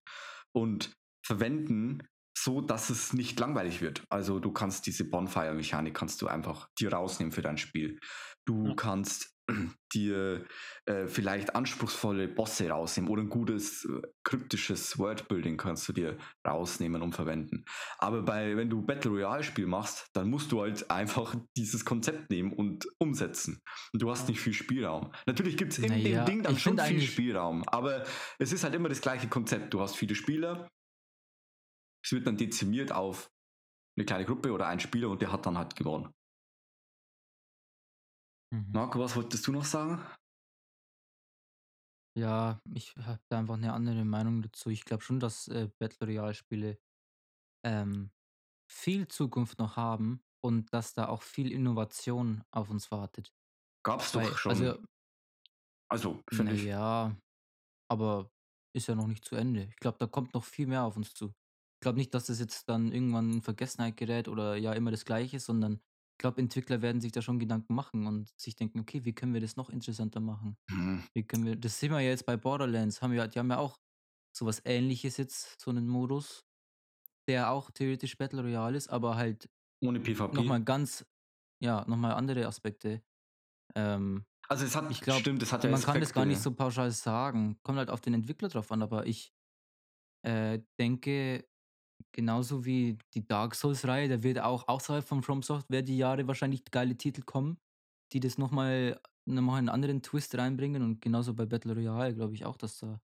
C: und verwenden, so dass es nicht langweilig wird. Also du kannst diese Bonfire-Mechanik kannst du einfach dir rausnehmen für dein Spiel. Du
A: Ja.
C: kannst dir äh, vielleicht anspruchsvolle Bosse rausnehmen oder ein gutes äh, kryptisches Wordbuilding kannst du dir rausnehmen und verwenden. Aber bei, wenn du Battle Royale Spiel machst, dann musst du halt einfach dieses Konzept nehmen und umsetzen. Und du hast nicht viel Spielraum. Natürlich gibt es in
B: Naja,
C: dem Ding dann
B: ich
C: schon
B: find
C: viel
B: eigentlich-
C: Spielraum, aber es ist halt immer das gleiche Konzept. Du hast viele Spieler, es wird dann dezimiert auf eine kleine Gruppe oder ein Spieler und der hat dann halt gewonnen.
B: Mhm.
C: Marco, was wolltest du noch sagen?
B: Ja, ich habe da einfach eine andere Meinung dazu. Ich glaube schon, dass äh, Battle Royale-Spiele ähm, viel Zukunft noch haben und dass da auch viel Innovation auf uns wartet.
C: Gab's
B: Weil,
C: doch schon.
B: Also,
C: Also, finde ich.
B: naja, aber ist ja noch nicht zu Ende. Ich glaube, da kommt noch viel mehr auf uns zu. Ich glaube nicht, dass das jetzt dann irgendwann in Vergessenheit gerät oder ja immer das Gleiche, sondern ich glaube, Entwickler werden sich da schon Gedanken machen und sich denken, okay, wie können wir das noch interessanter machen?
C: Hm.
B: Wie können wir, das sehen wir ja jetzt bei Borderlands. Haben wir, die haben ja auch sowas ähnliches jetzt, so einen Modus, der auch theoretisch Battle Royale ist, aber halt
C: Ohne PvP.
B: nochmal ganz, ja, nochmal andere Aspekte. Ähm,
C: Also es hat,
B: Ich glaub,
C: stimmt, es hat ja
B: man kann das
C: Aspekte.
B: gar nicht so pauschal sagen. Kommt halt auf den Entwickler drauf an, aber ich äh, denke, genauso wie die Dark Souls-Reihe, da wird auch außerhalb von From Software die Jahre wahrscheinlich geile Titel kommen, die das nochmal noch mal einen anderen Twist reinbringen. Und genauso bei Battle Royale glaube ich auch, dass da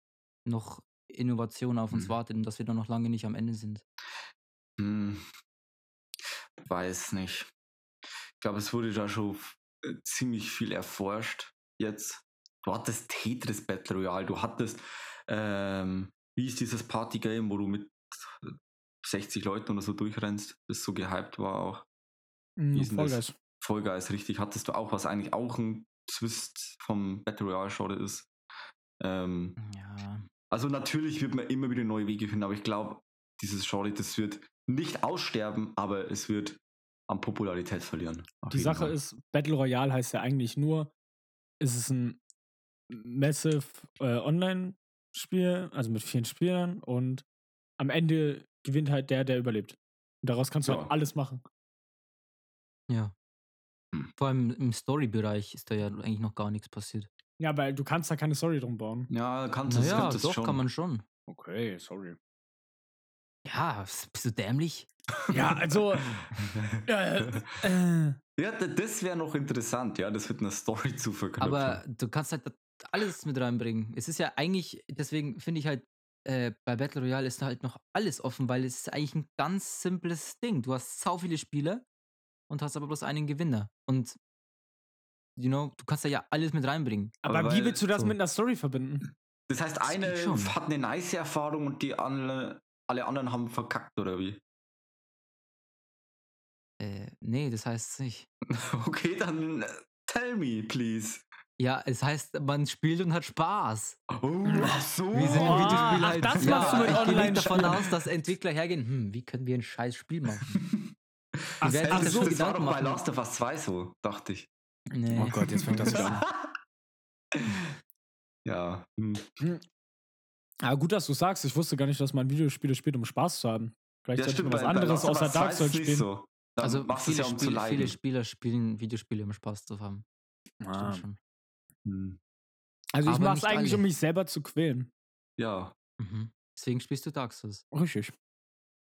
B: noch Innovation auf uns
C: Mhm.
B: wartet und dass wir da noch lange nicht am Ende sind.
C: Hm. Weiß nicht. Ich glaube, es wurde da schon äh, ziemlich viel erforscht jetzt. Du hattest Tetris Battle Royale, du hattest, ähm, wie ist dieses Partygame, wo du mit 60 Leuten oder so durchrennst, das so gehypt war auch. Wie
A: Mm,
C: ist denn
A: Voll
C: das?
A: geil.
C: Vollgeist, richtig, hattest du auch, was eigentlich auch ein Twist vom Battle Royale Genre ist. Ähm,
B: Ja.
C: Also natürlich wird man immer wieder neue Wege finden, aber ich glaube, dieses Genre, das wird nicht aussterben, aber es wird an Popularität verlieren. Auf
A: Die
C: jeden
A: Sache
C: Fall.
A: ist, Battle Royale heißt ja eigentlich nur, es ist ein massive äh, Online-Spiel, also mit vielen Spielern und am Ende gewinnt halt der, der überlebt. Und daraus kannst du
C: Ja.
A: halt alles machen.
B: Ja.
C: Hm.
B: Vor allem im Story-Bereich ist da ja eigentlich noch gar nichts passiert.
A: Ja, weil du kannst da keine Story drum bauen.
C: Ja, kannst du das
B: Naja,
C: könntest
B: doch,
C: schon.
B: kann man schon.
A: Okay, sorry.
B: Ja, bist du dämlich?
A: Ja, also, äh, äh,
C: ja, d- das wäre noch interessant, ja, das mit einer Story zu verknüpfen.
B: Aber du kannst halt alles mit reinbringen. Es ist ja eigentlich, deswegen finde ich halt, äh, bei Battle Royale ist halt noch alles offen, weil es ist eigentlich ein ganz simples Ding. Du hast sau viele Spieler und hast aber bloß einen Gewinner. Und, you know, du kannst da ja alles mit reinbringen.
A: aber,
C: Aber
A: wie
C: weil-
A: willst du das
B: so.
A: mit einer Story verbinden?
C: das heißt,
B: das
C: eine
B: geht schon.
C: hat eine nice Erfahrung und die alle, alle anderen haben verkackt, oder wie?
B: Äh, nee, das heißt es nicht.
C: Okay, dann äh, tell me, please.
B: Ja, es heißt, man spielt und hat Spaß.
C: Oh, ach so.
B: Wir sind
A: Oh,
B: Videospiele
A: ach,
B: halt.
A: das
B: ja,
A: machst du mit
B: ich gehe
A: Online-Spielen.
B: nicht davon aus, dass Entwickler hergehen, hm, wie können wir ein scheiß Spiel machen?
A: Ach,
B: werden
A: ach
C: das,
B: das
A: so.
B: schon
C: das war
B: Gedanken
C: doch bei
B: machen.
C: Last of Us 2 so, dachte ich.
B: Nee.
A: Oh Gott, jetzt fängt das wieder an.
C: Ja. hm.
A: Ah, gut, dass du sagst. Ich wusste gar nicht, dass man Videospiele spielt, um Spaß zu haben. Vielleicht
C: Ja,
A: sollte
C: stimmt,
A: man was
C: bei- bei
A: anderes
C: Last of
A: außer
C: Us 2
A: Dark
C: ist
A: Souls
C: nicht
A: spielen.
C: So. Dann
B: Also
C: machst du es
B: viele,
C: ja, um zu
B: Spiele, viele
C: leiden.
B: Spieler spielen Videospiele, um Spaß zu haben.
C: Ah.
B: Stimmt schon.
C: Hm.
A: Ah. Also ich
B: Aber
A: mache es
B: nicht
A: eigentlich,
B: alle.
A: um mich selber zu quälen.
C: Ja.
B: Mhm. Deswegen spielst du Dark Souls.
A: Richtig.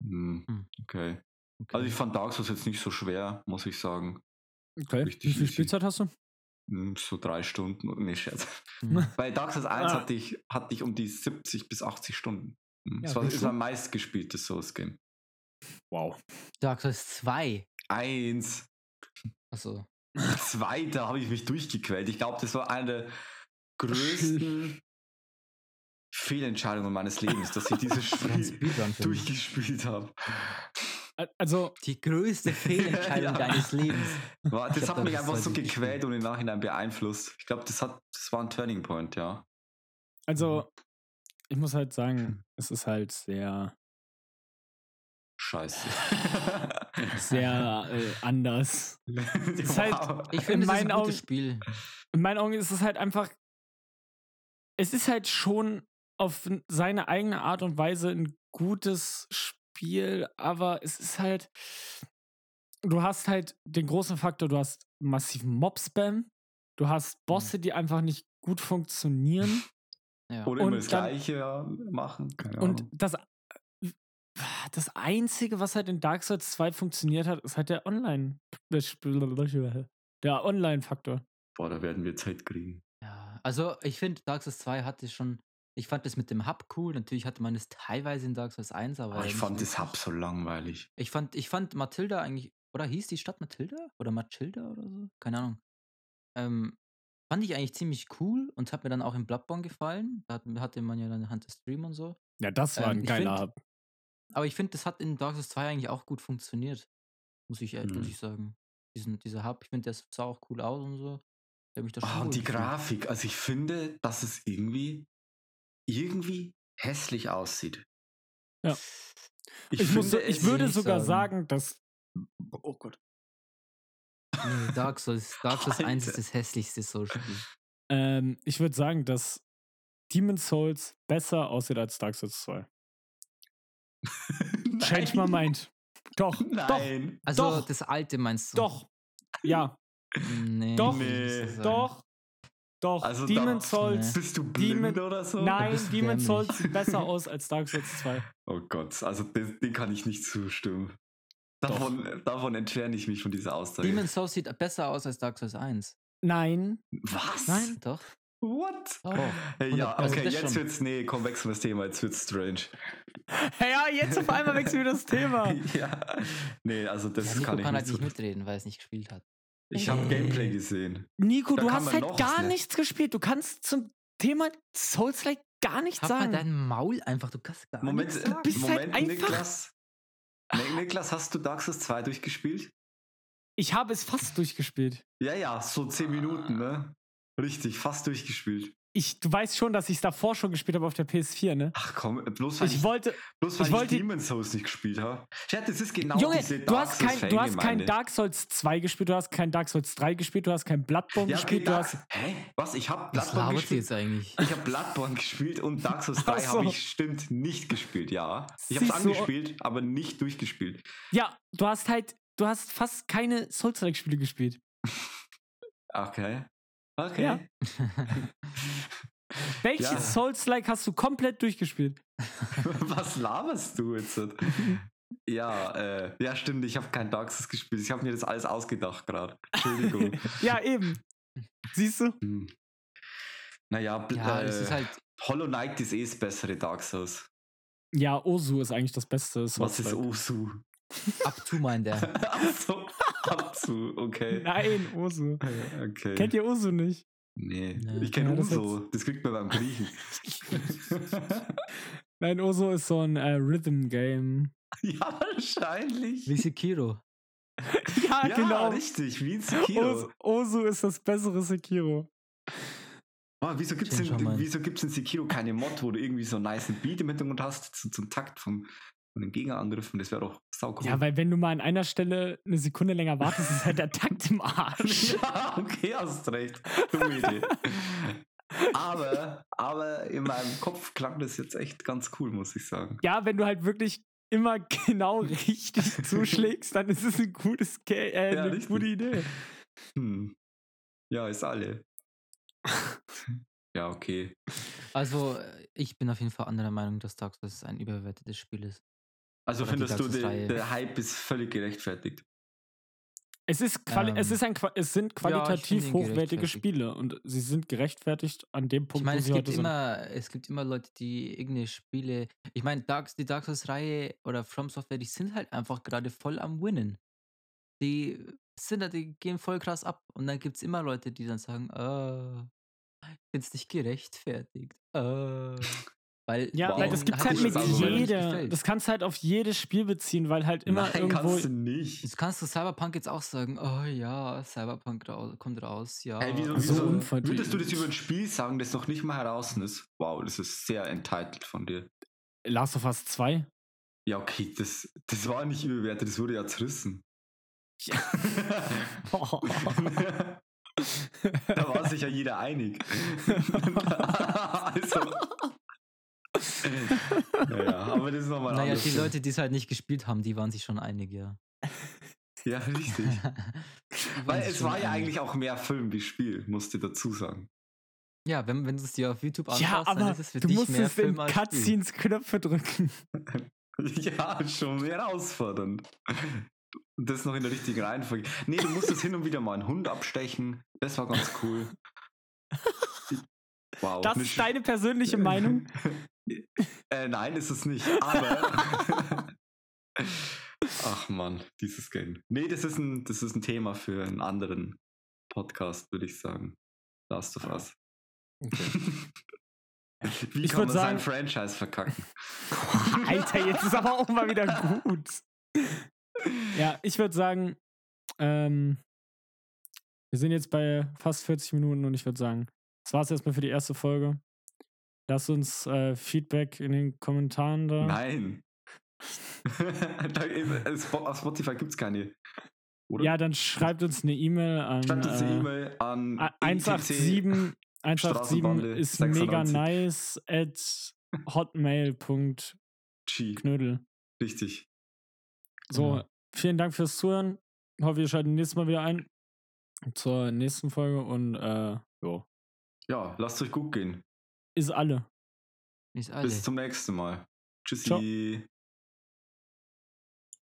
C: Hm.
B: Hm.
C: Okay.
B: Okay.
C: Also ich fand Dark Souls jetzt nicht so schwer, muss ich sagen.
A: Okay.
C: Richtig
A: Wie viel
C: easy.
A: Spielzeit hast du?
C: Hm, So drei Stunden. Nee, Scherz.
B: Mhm.
C: Bei Dark Souls 1
A: Ah.
C: hatte, ich, hatte ich um die 70 bis 80 Stunden.
A: Ja,
C: Hm, Das war,
A: siehst
C: ist
A: du.
C: mein meistgespieltes Souls-Game.
A: Wow.
B: Dark Souls Also, 2.
C: Eins,
B: Achso.
C: zwei, da habe ich mich durchgequält. Ich glaube, das war eine der größten Fehlentscheidungen meines Lebens, dass ich dieses Spiel
B: Die
C: durchgespielt habe.
A: Also,
B: größte Fehlentscheidung
C: Ja.
B: deines Lebens.
C: War-
B: Ich
C: Das
B: hab
C: hat mich
B: das
C: einfach so
B: halt nicht
C: gequält und im Nachhinein beeinflusst. Ich glaube, das, hat- das war ein Turning Point, ja.
A: also,
C: Mhm.
A: ich muss halt
C: Hm.
A: sagen, es ist halt sehr,
C: Scheiße.
A: sehr äh, anders. ist halt-
C: Wow.
B: Ich
A: In
B: finde, es ist
A: meinen
B: ein gutes Spiel.
A: In meinen Augen ist es halt einfach, es ist halt schon auf n- seine eigene Art und Weise ein gutes Spiel, aber es ist halt, du hast halt den großen Faktor, du hast massiven Mob-Spam, du
C: Mhm.
A: hast Bosse, die einfach nicht gut funktionieren.
B: Ja.
C: Oder immer
A: Und
C: das
A: dann-
C: Gleiche ja, machen. Keine
A: Und
C: Ahnung.
A: das, äh, das Einzige, was halt in Dark Souls 2 funktioniert hat, ist halt der Online- der Online-Faktor.
C: Boah, da werden wir Zeit kriegen.
B: Ja, also ich finde, Dark Souls 2 hatte schon. Ich fand das mit dem Hub cool. Natürlich hatte man es teilweise in Dark Souls 1, aber.
C: Aber Ah, ich
B: nicht
C: fand das
B: wirklich.
C: Hub so langweilig.
B: Ich fand, ich fand Matilda eigentlich. Oder hieß die Stadt Matilda? Oder Matilda oder so? Keine Ahnung. Ähm, fand ich eigentlich ziemlich cool und hat mir dann auch in Bloodborne gefallen. Da hat, hatte man ja dann Hand Stream und so.
A: Ja, das war
B: Ähm,
A: ein
B: ich
A: geiler
B: find-
A: Hub.
B: Aber ich finde, das hat in Dark Souls 2 eigentlich auch gut funktioniert. Muss ich, äh, muss
C: Mhm.
B: ich sagen. Diesen, dieser Hub, ich finde, der sah auch cool aus und so. Der hat mich da schon
C: Ah, und die
B: wohlgefühlt.
C: Grafik, also ich finde, dass es irgendwie, irgendwie hässlich aussieht.
A: Ja. Ich,
C: Ich, finde,
A: muss, so- ich
C: es,
A: würde
B: nicht
A: sogar sagen,
B: sagen.
A: dass. Oh Gott.
B: Nee, Dark Souls, Dark Souls 1 ist
C: Alter.
B: das hässlichste Soulspiel.
A: Ähm, ich würde sagen, dass Demon's Souls besser aussieht als Dark Souls 2. Change my mind. Doch, doch,
C: Nein.
B: Also
A: Doch.
B: das alte meinst du?
A: doch. Ja,
B: Nee,
A: Doch.
B: würd ich so sagen.
A: doch, doch.
C: Also
A: Demon's
C: da-
A: Souls.
C: Bist du blind
A: Demon-
C: oder so?
A: Nein,
B: bist du
A: Demon's
B: dämlich.
A: Souls sieht besser aus als Dark Souls 2.
C: Oh Gott, also den, den kann ich nicht zustimmen. Davon, davon entferne ich mich von dieser Aussage.
B: Demon's Souls sieht besser aus als Dark Souls 1.
A: Nein.
C: Was?
A: Nein.
B: Doch.
C: What?
B: Doch.
C: Hey, ja,
B: 100%
C: okay,
B: das
C: jetzt
B: schon.
C: wird's, nee, komm, wechseln wir das Thema, jetzt wird's strange.
A: Ja, jetzt auf einmal wechseln wir das Thema.
C: ja. Nee, also das
B: ja, Nico
C: kann
B: kann,
C: ich
B: halt
C: nicht.
B: nicht
C: zustimmen.
B: mitreden, weil er es nicht gespielt hat.
C: ich habe
B: Äh.
C: Gameplay gesehen.
A: Nico,
C: Da
A: du
C: kann
A: hast
C: man
A: halt
C: noch was
A: gar
C: lernen.
A: nichts gespielt. Du kannst zum Thema Souls-like gar nichts
B: Hab mal
A: sagen.
B: dein Maul einfach, du kannst gar
C: Moment,
B: nichts
C: äh,
B: sagen.
A: bist halt
C: Moment,
A: einfach-
C: Niklas. Nee, Niklas, hast du Dark Souls 2 durchgespielt?
A: Ich habe es fast durchgespielt.
C: Ja, ja, so 10 Minuten, ne? Richtig, fast durchgespielt.
A: Ich, du weißt schon, dass ich es davor schon gespielt habe auf der PS4, ne?
C: Ach komm, bloß weil ich,
A: Ich wollte.
C: bloß weil
A: ich
C: ich
A: wollte-
C: Demon's Souls nicht gespielt habe. Chat, das ist genau
A: Junge,
C: diese
A: du hast, kein, du hast kein
C: Fangemeinde.
A: Dark Souls 2 gespielt, du hast kein Dark Souls 3 gespielt, du hast kein Bloodborne
C: ja, okay,
A: gespielt, du
C: Dark
A: hast.
C: Souls. Hä? Was? Ich habe
B: Was
C: Bloodborne
B: labert sie
C: gespielt.
B: jetzt eigentlich?
C: Ich habe Bloodborne gespielt und Dark Souls
A: Ach
C: 3
A: so.
C: habe ich stimmt nicht gespielt, ja. Ich habe
A: Siehst
C: es
A: du?
C: angespielt, aber nicht durchgespielt.
A: Ja, du hast halt. Du hast fast keine Souls-like-Spiele gespielt.
C: Okay. Okay.
A: Ja. Welches
C: Ja.
A: Souls-like hast du komplett durchgespielt?
C: Was laberst du jetzt? ja, äh, ja, stimmt, ich habe kein Dark Souls gespielt. Ich habe mir das alles ausgedacht gerade. Entschuldigung.
A: Ja, eben. Siehst du?
C: hm. Naja, bl-
B: Ja,
C: äh,
B: das ist halt.
C: Hollow Knight ist eh das bessere Dark Souls.
A: Ja, Osu ist eigentlich das Beste.
C: Was ist
A: Souls-like.
C: Osu?
B: Ab zu meint der.
C: Achso, Abzu, okay.
A: Nein, Osu.
C: Okay.
A: Kennt ihr Osu nicht?
C: Nee,
B: Nee.
C: ich kenne
A: Ja, das
C: Uso. Das kriegt man beim Griechen.
A: Nein, Osu ist so ein äh, Rhythm-Game.
C: ja, wahrscheinlich.
B: Wie Sekiro.
A: ja,
C: ja,
A: genau.
C: richtig, wie in
A: Osu,
C: Sekiro.
A: Osu ist das bessere Sekiro.
C: Ah, wieso gibt es
B: Schön, schau mal.
C: in, wieso gibt's in Sekiro keine Mod, wo du irgendwie so einen nice Beat im Hintergrund hast, zu, zum Takt vom, von den Gegnerangriffen? Das wäre doch saucool.
A: Ja, weil wenn du mal an einer Stelle eine Sekunde länger wartest, ist halt der Takt im Arsch.
C: Ja, okay, hast recht. Dumme Idee. aber, aber in meinem Kopf klang das jetzt echt ganz cool, muss ich sagen.
A: Ja, wenn du halt wirklich immer genau richtig zuschlägst, dann ist es ein gutes Ga äh,
C: Ja,
A: eine
C: richtig.
A: gute Idee.
C: Hm. Ja, ist alle. ja, okay.
B: Also, äh, ich bin auf jeden Fall anderer Meinung, dass Dark Souls ein überbewertetes Spiel ist.
C: Also
B: Oder die
C: findest
B: Dark
C: du,
B: Souls
C: der,
B: Reihe.
C: der Hype ist völlig gerechtfertigt.
A: Es, ist quali
B: Ähm,
A: es, ist ein, Qua- es sind
B: ich finde
A: qualitativ
B: ihn
A: hochwertige
B: gerechtfertigt.
A: Spiele und sie sind gerechtfertigt an dem Punkt,
B: ich meine,
A: wo
B: es
A: sie
B: gibt,
A: heute sind.
B: immer, es gibt immer Leute, die irgendeine Spiele. Ich meine, Dark, die Dark Souls-Reihe oder From Software, die sind halt einfach gerade voll am Winnen. Die sind halt, die gehen voll krass ab. Und dann gibt es immer Leute, die dann sagen, äh, ich bin's nicht gerechtfertigt. Äh. Weil
A: Ja,
C: Wow.
A: weil das
B: denen
A: gibt's
C: hat
A: halt
B: das
A: mit
C: das
B: Spiel nicht
A: jeder.
B: gefällt.
A: Das kannst du halt auf jedes Spiel beziehen, weil halt immer
C: Nein, kannst du
A: irgendwo.
C: nicht.
B: Jetzt kannst du Cyberpunk jetzt auch sagen, oh ja, Cyberpunk rau- kommt raus, ja.
C: Ey, wieso,
A: so
C: wieso
A: unverdient.
C: würdest du das über ein Spiel sagen, das noch nicht mal heraus ist? Wow, das ist sehr entitled von dir.
A: Last of Us 2?
C: Ja, okay, das, das war nicht überbewertet, das wurde ja zerrissen.
A: Boah.
C: da war sich ja jeder einig. also. Naja, aber das ist nochmal
B: Naja,
C: anders.
B: die Leute, die es halt nicht gespielt haben, die waren sich schon einig, ja.
C: Ja, richtig.
B: Die waren
C: Weil
B: sich
C: es
B: schon
C: war ja
B: einig.
C: eigentlich auch mehr Film wie Spiel, musste dazu sagen.
B: Ja, wenn, wenn du es dir auf YouTube anschaust,
A: Ja,
B: dann
A: aber
B: ist es für
A: du
B: dich mehr
A: musstest in
B: Film als Spiel.
A: Cutscenes Knöpfe drücken.
C: Ja, schon herausfordernd. Und das noch in der richtigen Reihenfolge. Nee, du musstest hin und wieder mal einen Hund abstechen. Das war ganz cool.
B: Oh,
C: Wow.
A: Das
C: eine
A: ist
C: Sch-
A: deine persönliche Meinung.
C: äh, nein, ist es nicht. Aber. Ach man, dieses Game. Nee, das ist ein, das ist ein Thema für einen anderen Podcast, würde ich sagen. Last of Us. Wie
A: Ich
C: kann
A: würd
C: man sein
A: sagen-
C: Franchise verkacken?
A: Alter, jetzt ist aber auch mal wieder gut. Ja, ich würde sagen, ähm, wir sind jetzt bei fast 40 Minuten und ich würde sagen, das war's erstmal für die erste Folge. Lasst uns äh, Feedback in den Kommentaren da.
C: Nein. da, äh, Spo- auf Spotify gibt es keine. Oder?
A: Ja, dann schreibt uns eine E-mail an.
C: Schreibt uns eine
A: äh,
C: E-Mail an
A: A- 187, 187
C: Straßenbande
A: ist
C: 96.
A: mega nice at hotmail.knödel.
C: ETC. Richtig.
A: So,
B: Genau.
A: vielen Dank fürs Zuhören. Hoffe, ihr schaltet nächstes Mal wieder ein zur nächsten Folge und äh, jo.
C: Ja, lasst euch gut gehen.
A: ist alle.
B: Ist
C: Bis
B: alles.
C: zum nächsten Mal. Tschüssi.
A: Ciao.